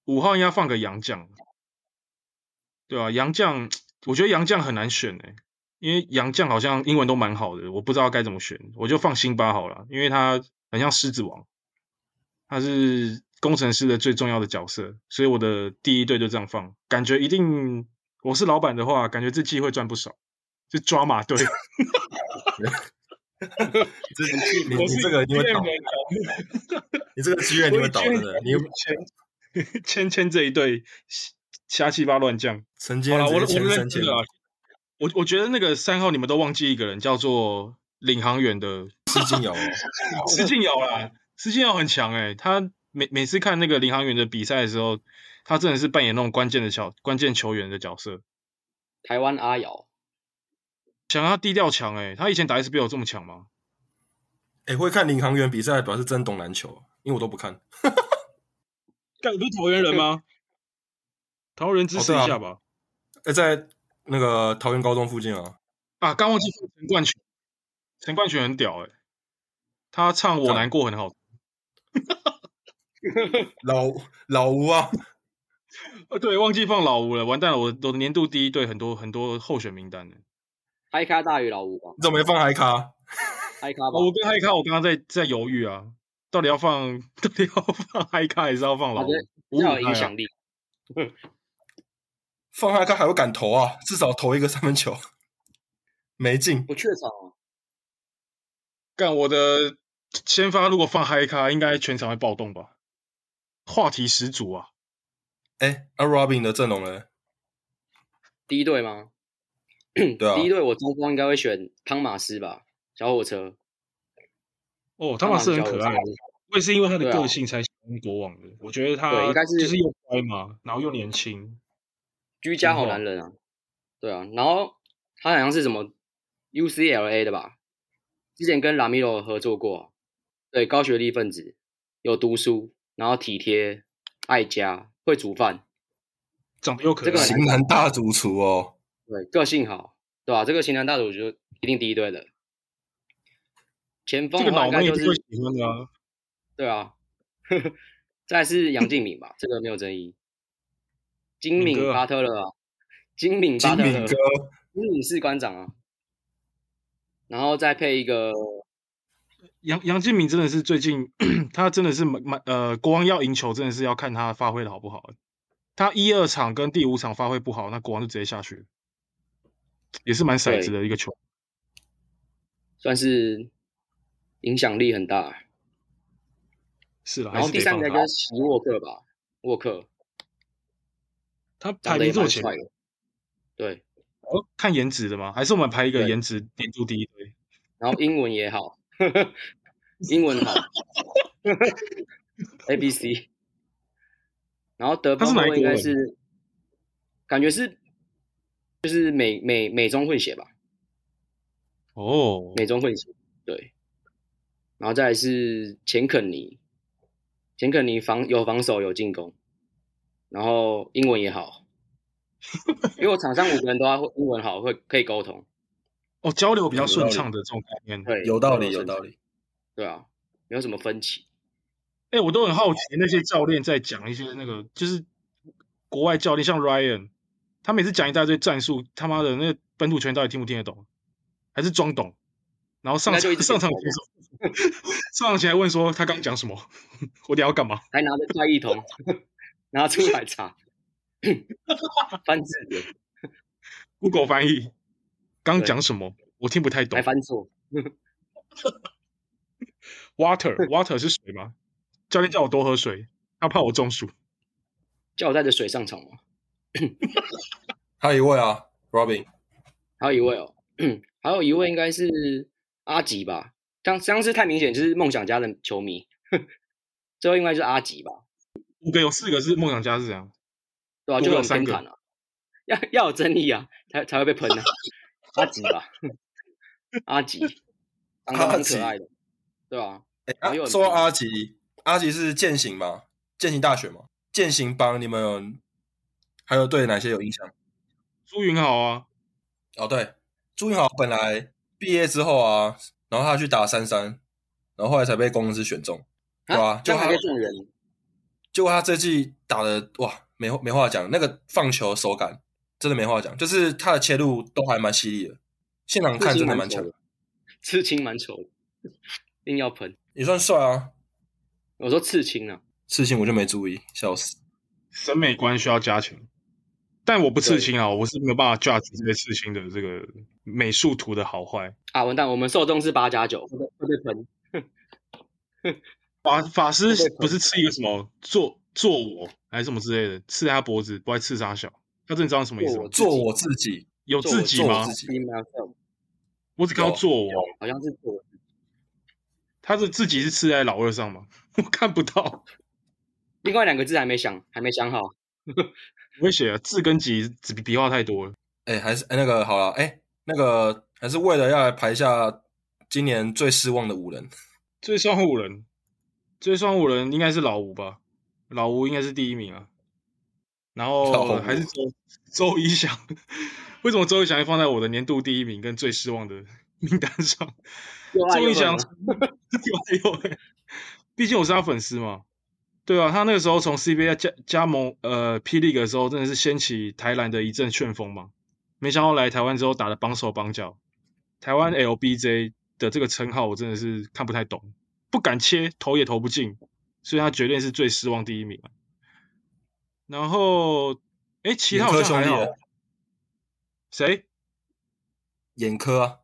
五号应该放个杨绛，对啊，杨绛，我觉得杨绛很难选诶、因为杨绛好像英文都蛮好的，我不知道该怎么选，我就放辛巴好了，因为他很像狮子王，他是工程师的最重要的角色，所以我的第一队就这样放，感觉一定我是老板的话，感觉这季会赚不少，就抓马队。这 你我你是这个你会因为倒没，你这个机缘你会倒真的，你 签签签这一队瞎七八乱降。曾好经了，我直接我签认三千真的啊，我我觉得那个三号你们都忘记一个人，叫做领航员的吃金瑶哦，施敬尧啦，施敬尧很强诶、他每每次看那个领航员的比赛的时候，他真的是扮演那种关键的小关键球员的角色，台湾阿瑶，想要低调强诶、他以前打 SBL 这么强吗？哎，会看领航员比赛，表示真懂篮球，因为我都不看。干，不是桃园人吗？桃哦园支持啊一下吧。哎，在那个桃园高中附近啊，啊，刚忘记说陈冠群，陈冠群很屌诶、他唱《我难过》很好听老老吴啊，呃，对，忘记放老吴了，完蛋了，我我的年度第一队很多很多候选名单呢。嗨咖大于老五吧，你怎么没放海卡？嗨咖吧，我跟嗨咖，我刚刚在在犹豫啊，到底要放 到底要放嗨咖还是要放老他吴？比较啊有影响力，放海卡还会敢投啊？至少投一个三分球，没进。不怯场哦，干我的先发，如果放嗨咖，应该全场会暴动吧？话题十足啊！哎，那 Robin 的阵容呢？第一队吗？对啊第一队我中锋应该会选汤马斯吧，小火车，哦，汤马斯很小火可车爱，我也是因为他的对啊个性才喜欢国王的。我觉得他对应该是就是又乖嘛，然后又年轻，居家好挺好男人啊，对啊，然后他好像是什么 UCLA 的吧，之前跟拉米罗合作过，啊对，高学历分子，有读书，然后体贴，爱家，会煮饭，长得又可这个爱很。型男大主厨哦，对，个性好，对吧、这个型男大主就一定第一队的，前锋这个的脑话应该门一就定是会喜欢的啊！对啊， 再来是杨敬敏吧，这个没有争议，金敏敏哥啊巴特勒啊，金敏巴金特勒，敏哥，金敏士官长啊，然后再配一个杨杨敬敏真的是最近，他真的是蛮蛮呃，国王要赢球，真的是要看他发挥的好不好。他一二场跟第五场发挥不好，那国王就直接下去了，也是蛮骰子的一个球。算是影响力很大。是啦，然还后是第得三放个应他该。是席沃克吧，沃克他长排得名也这么蛮前帅面，的。对，哦看颜值的吗？还是我们排一个对颜值年度第一队？然后英文也好，英文好，A B C。然后得他分是哪后一卫应国该人是，感觉是就是美美美中混血吧，哦，美中混血，对。然后再来是钱肯尼，钱肯尼防有防守有进攻，然后英文也好，因为我场上五个人都要会英文好，会可以沟通，哦，交流比嗯较有道顺理畅的这种概念。对，有道理，有顺道畅，理。对啊，没有什么分歧，哎、我都很好奇那些教练在讲一些那个，就是国外教练像 Ryan，他每次讲一大堆战术，他妈的那个本土球员到底听不听得懂，还是装懂？然后上应该就场一直上场点头前说上场前还问说 他刚讲什么，我等下要干嘛？ 还拿着快译筒拿出来查， 翻字典， Google 翻译，刚对讲什么？我听不太懂还。翻错， Water Water 是水吗？教练叫我多喝水，他怕我中暑。叫我带着水上场嘛。还有一位啊，Robin，还有一位哦，还有一位应该是阿吉吧？当当时太明显，就是梦想家的球迷。最后应该就是阿吉吧？五个有四个是梦想家是这样，对吧、多就了很三偏个袒啊，要要有争议啊，才才会被喷啊。阿吉吧，阿吉，长得蛮可爱的，对吧、哎、然后又啊很说到拼阿吉，阿吉是践行嘛，践行大学嘛，践行帮你们有还有对哪些有影响？朱云豪啊，哦，对，朱云豪本来毕业之后啊，然后他去打三三，然后后来才被公司选中，对吧、这就样他啊还可以撞人，结果他这季打的哇，没话没话讲，那个放球手感真的没话讲，就是他的切入都还蛮犀利的，现场看真的蛮强的，刺青蛮丑的，硬要喷。也算帅啊。我说刺青啊，事情我就没注意，笑死。审美观需要加强。但我不刺青啊，我是没有办法 judge 这些刺青的这个美术图的好坏。啊完蛋，我们受众是八加九，会被会被喷。法法师对对不是刺一个什么做做我还是什么之类的，刺他脖子，不爱刺杀小。他真的知道什么意思吗？做我自己，有做我自己做我吗自？己 Be myself，我只看到有做我，好像是做他是自己是刺在老二上吗？ 我看不到，另外两个字还没想，还没想好。我会写啊字跟己笔笔画太多了。哎、还是哎、那个好了，哎、那个还是为了要来排一下今年最失望的五人，最双五人，最双五人应该是老吴吧？老吴应该是第一名啊。然老后吴还是周周一翔， 为什么周一翔会放在我的年度第一名跟最失望的名单上？又爱周又一翔恨有啊， 有有， 毕竟我是他粉丝嘛。对啊，他那个时候从 CBA 加加盟呃 P League 的时候，真的是掀起台南的一阵旋风嘛。没想到来台湾之后打的绑手绑脚，台湾 LBJ 的这个称号我真的是看不太懂，不敢切，投也投不进，所以他决定是最失望第一名啊。然后，哎，其他好科像兄还弟好了。谁？眼科啊，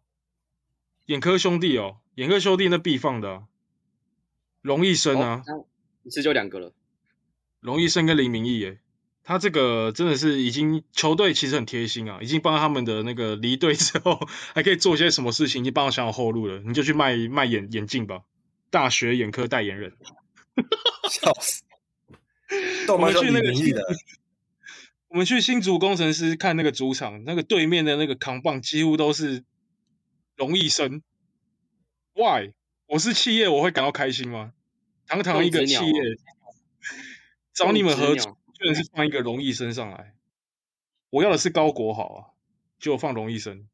眼科兄弟哦，眼科兄弟那必放的啊、龙医生啊哦，这样一次就两个了。龙医生跟林明义耶，他这个真的是已经球队其实很贴心啊，已经帮他们的那个离队之后， 还可以做些什么事情，已经帮我想好后路了。你就去卖卖眼眼镜吧，大学眼科代言人。笑 死。动漫们叫去李那个明义的，我们去新竹工程师看那个主场，那个对面的那个扛棒几乎都是龙医生。Why？我是企业，我会感到开心吗？堂堂一个企动业之鸟，找你们合动之作鸟，居然是放一个龙医生上来。我要的是高国豪啊，就放龙医生。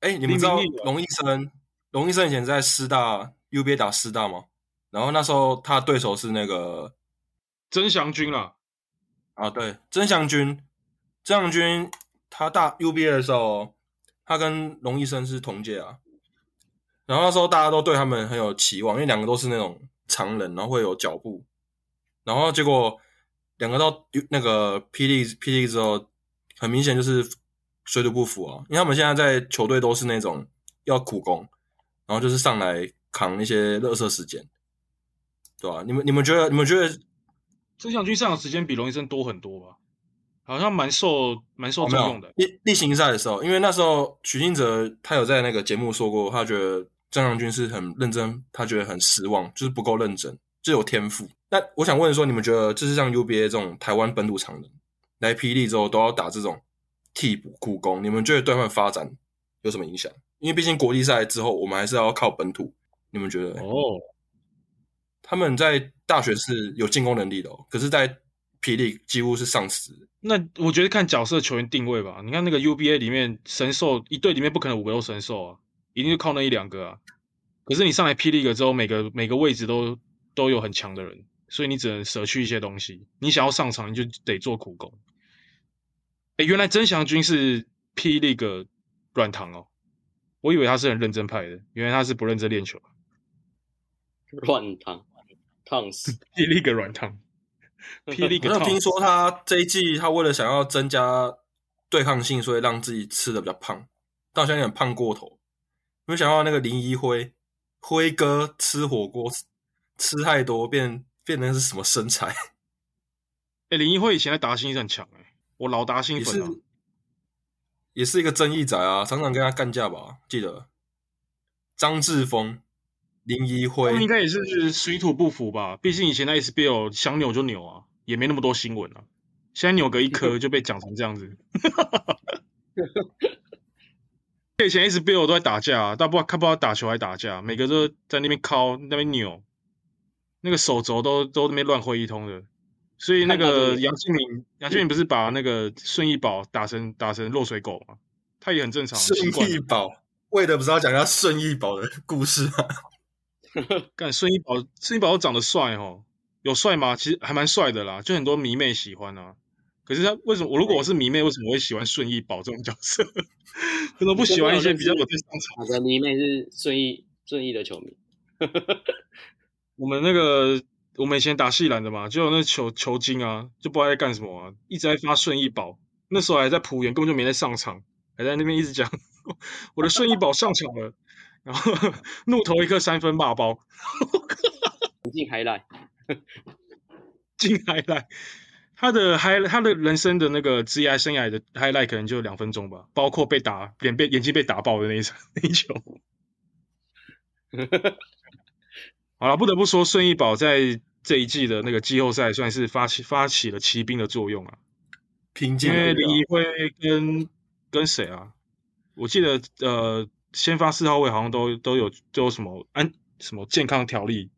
哎、你们知道李明义的龙医生？龙医生以前在师大 UBA 打师大吗？然后那时候他的对手是那个曾祥军啦，啊，对，曾祥军，曾祥军他大 UBA 的时候，哦他跟龙医生是同届啊。然后那时候大家都对他们很有期望，因为两个都是那种常人，然后会有脚步。然后结果两个到那个霹雳霹雳之后，很明显就是水土不服啊，因为他们现在在球队都是那种要苦攻，然后就是上来扛一些垃圾时间，对吧、你们你们觉得你们觉得曾祥军上场时间比龙医生多很多吧？好像蛮受蛮受哦重没有用的。例例行赛的时候，因为那时候许晋哲他有在那个节目说过，他觉得张扬军是很认真，他觉得很失望，就是不够认真，就是有天赋。那我想问说，你们觉得就是像 UBA 这种台湾本土常人来霹雳之后都要打这种替补苦工，你们觉得对他们发展有什么影响？因为毕竟国际赛之后，我们还是要靠本土。你们觉得呢？哦，他们在大学是有进攻能力的、哦，可是，在霹雳几乎是丧失的。那我觉得看角色球员定位吧。你看那个 UBA 里面神兽一队里面不可能五个都神兽啊，一定就靠那一两个啊。可是你上来霹雳个之后，每个每个位置都都有很强的人，所以你只能舍去一些东西。你想要上场，你就得做苦工。哎，原来曾祥军是霹雳个软糖哦，我以为他是很认真派的，原来他是不认真练球。 乱烫，烫死！霹雳个软糖， 霹雳 我个有套，听说他这一季他为了想要增加对抗性，所以让自己吃的比较胖，但好像有点胖过头。没想到那个林一辉辉哥吃火锅吃太多，变变成是什么身材？哎、林一辉以前在达兴是很强哎、我老达兴也粉是啊，也是一个争议仔啊，常常跟他干架吧？记得张志峰、林一他辉们应该也是水土不服吧？毕竟以前在 SBL 想扭就扭啊，也没那么多新闻啊。现在扭个一颗就被讲成这样子，以前 SBL 都在打架、啊，但不知道看不知道打球还打架，啊每个都在那边敲那边扭，那个手肘都都那边乱挥一通的。所以那看到就个扭杨敬敏，杨敬敏不是把那个顺义宝打成打成落水狗吗？他也很正常，顺习惯了义宝，为的不是要讲一下顺义宝的故事啊吗？干孙一宝，孙一宝长得帅哦，有帅吗？其实还蛮帅的啦，就很多迷妹喜欢啊。可是他为什么？我如果我是迷妹，为什么我会喜欢顺义宝这种角色？ 为什么不喜欢一些比较有在上场？我的迷妹是顺义顺义的球迷， 我们那个我们以前打细篮的嘛，就有那球球精啊，就不知道在干什么啊，一直在发顺义宝。那时候还在浦原，根本就没在上场，还在那边一直讲 我的顺义宝上场了， 然后怒投一颗三分骂包。 你进 highlight，进 highlight，他的 high 他的人生的那个职业生涯的 highlight 可能就两分钟吧，包括被打脸被眼睛被打爆的那一场 那一球。好了，不得不说孙一宝在这一季的那个季后赛算是发起发起了骑兵的作用啊，平静因为的林怡辉跟跟谁啊？我记得呃，先发四号位好像都都有都有什么安什么健康条例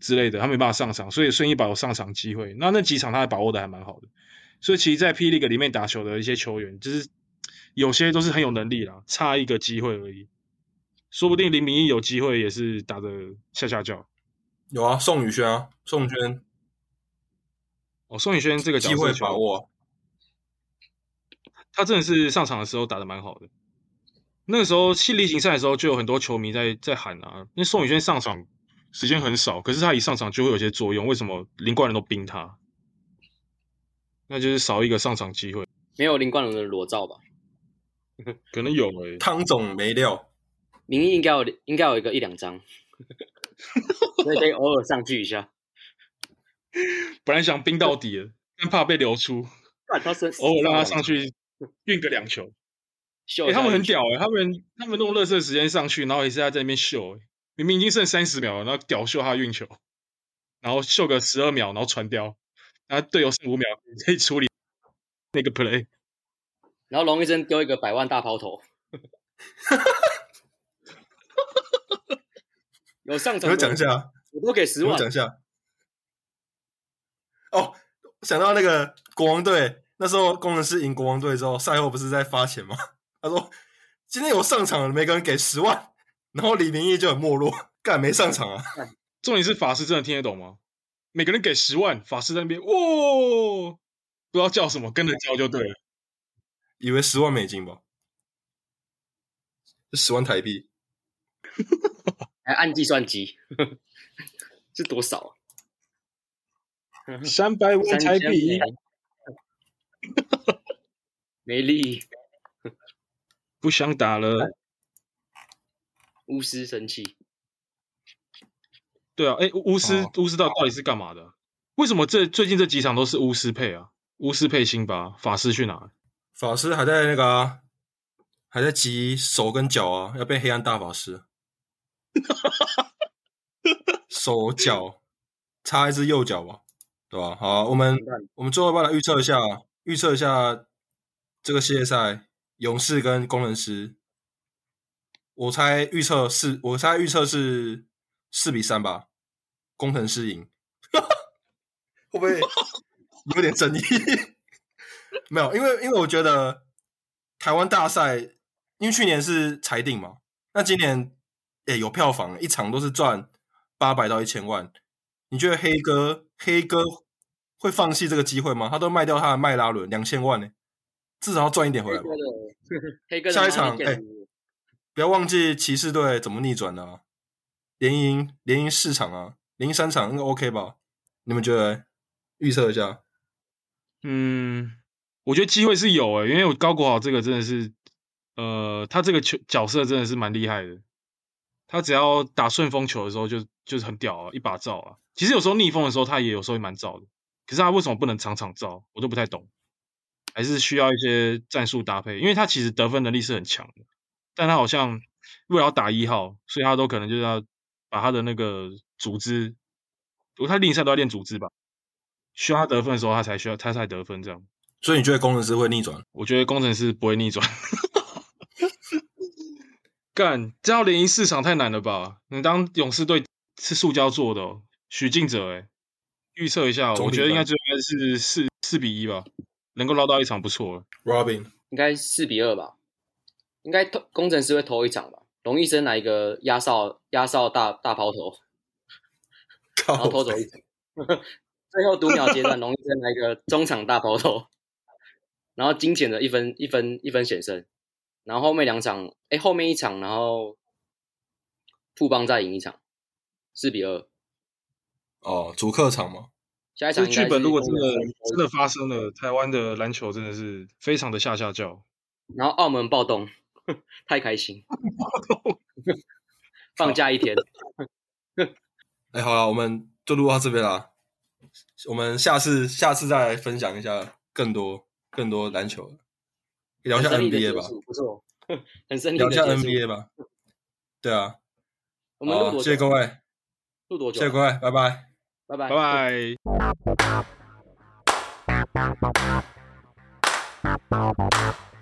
之类的，他没办法上场，所以孙一宝有上场机会。那那几场他还把握的还蛮好的，所以其实，在 P League 里面打球的一些球员，就是有些都是很有能力啦，差一个机会而已。说不定林明义有机会也是打的下下叫有啊，宋宇轩啊，宋宇轩哦。宋宇轩这个角机色会球把握啊、他真的是上场的时候打得蛮好的。那个时候系例行赛的时候，就有很多球迷在在喊啊，因为宋宇轩上场时间很少，可是他一上场就会有些作用。为什么林冠人都冰他？那就是少一个上场机会，没有林冠荣的裸照吧？可能有诶、汤总没料，名义应该有应该有一个一两张， 所以可以偶尔上去一下。本来想冰到底了，但怕被 流出，干他身偶啊尔让他上去运个两球。秀欸一下他们很运气屌诶、他们他们弄热身时间上去，然后也是在在那边秀、欸，明明已经剩三十秒了，然后屌秀他运球，然后秀个十二秒，然后传掉，然后队友剩五秒可以处理那个 play，然后龙医生丢一个百万大抛 投，有上你场会的讲一下，我都给十你会万，讲一下。哦，想到那个国王队，那时候工程师赢国王队之后，赛后不是在发钱吗？ 他说今天有上场的，每个人给十万，然后李明义就很没落，干没上场啊。重点是法师真的听得懂吗？每个人给十万，法师在那边哇，不知道叫什么，跟着叫就对了。以为十万美金吧，十万台币，还按计算机，是多少啊？三百万三千美， 没力，不想打了。巫师生气，对啊，哎，巫巫师、哦巫师到到底是干嘛的？为什么这最近这几场都是巫师配啊？巫师配辛巴，法师去哪了？法师还在那个、啊，还在急手跟脚啊，要变黑暗大法师，手脚插一只右脚吧，对吧？好啊、我们我们最后要不要来预测一下？预测一下这个系列赛，勇士跟工程师，我猜预测是，我猜预测是四比三吧，工程师赢， 会不会有点争议？ 没有，因为因为我觉得台湾大赛，因为去年是裁定嘛，那今年也有票房，一场都是赚八百到一千万。你觉得黑哥黑哥会放弃这个机会吗？他都卖掉他的迈拉伦两千万呢、至少要赚一点回黑来哥吧。的黑哥的下一 Money 场 Game 哎不要忘记骑士队怎么逆转的、啊，连赢连赢四场啊，连赢三场应该 OK 吧？你们觉得嘞？预测一下，嗯，我觉得机会是有欸诶、因为我高国豪这个真的是，呃，他这个球角色真的是蛮厉害的。他只要打顺风球的时候就，就是很屌啊，一把照啊。其实有时候逆风的时候，他也有时候也蛮照的。可是他为什么不能场场照？我都不太懂，还是需要一些战术搭配。因为他其实得分能力是很强的，但他好像为了要打一号，所以他都可能就是要把他的那个组织，他另一赛都要练组织吧。需要他得分的时候，他才需要他才得分这样。所以你觉得工程师会逆转？我觉得工程师不会逆转。干，这要连赢市场太难了吧？你当勇士队是塑胶做的、哦，许晋哲哎，预测一下哦，总我比觉得应该分就应该是四四比一吧，能够捞到一场不错了。 Robin，应该四比二吧，应该投工程师会投一场吧。龙医生来一个压哨压哨大大抛投，靠然后，偷走一层。 最后读秒 阶段，龙医生来个中场大抛投，然后惊险的一分一分一分险胜。然后后面两场，哎，后面一场，然后富邦再赢一场，四比二。哦，主客场嘛，下一这场应剧该是本如果真的澳门真的发生了，台湾的篮球真的是非常的下下叫。然后澳门暴动，太开心，放假一天，哎，好了，我们就录到这边啦。我们下次下次再来分享一下更多更多篮球，聊一下很胜利的 NBA 结吧，束不错，很胜利聊的一结下束。 NBA 吧。对啊，我们录好，啊多谢谢各久？啊位，录多久啊谢谢？各位，拜拜。拜拜。拜拜。 Bye.